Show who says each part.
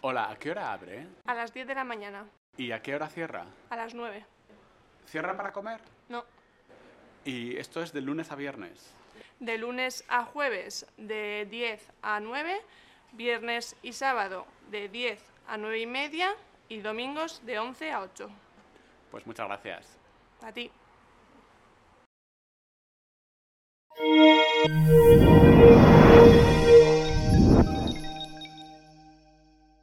Speaker 1: Hola, ¿a qué hora abre?
Speaker 2: A las 10 de la mañana,
Speaker 1: ¿Y a qué hora cierra?
Speaker 2: a las 9.
Speaker 1: ¿Cierra para comer?
Speaker 2: No,
Speaker 1: Y esto es de lunes a viernes.
Speaker 2: de lunes a jueves de 10 a 9, viernes y sábado de 10 a 9 y media y domingos de 11 a 8.
Speaker 1: Pues muchas gracias.
Speaker 2: A ti.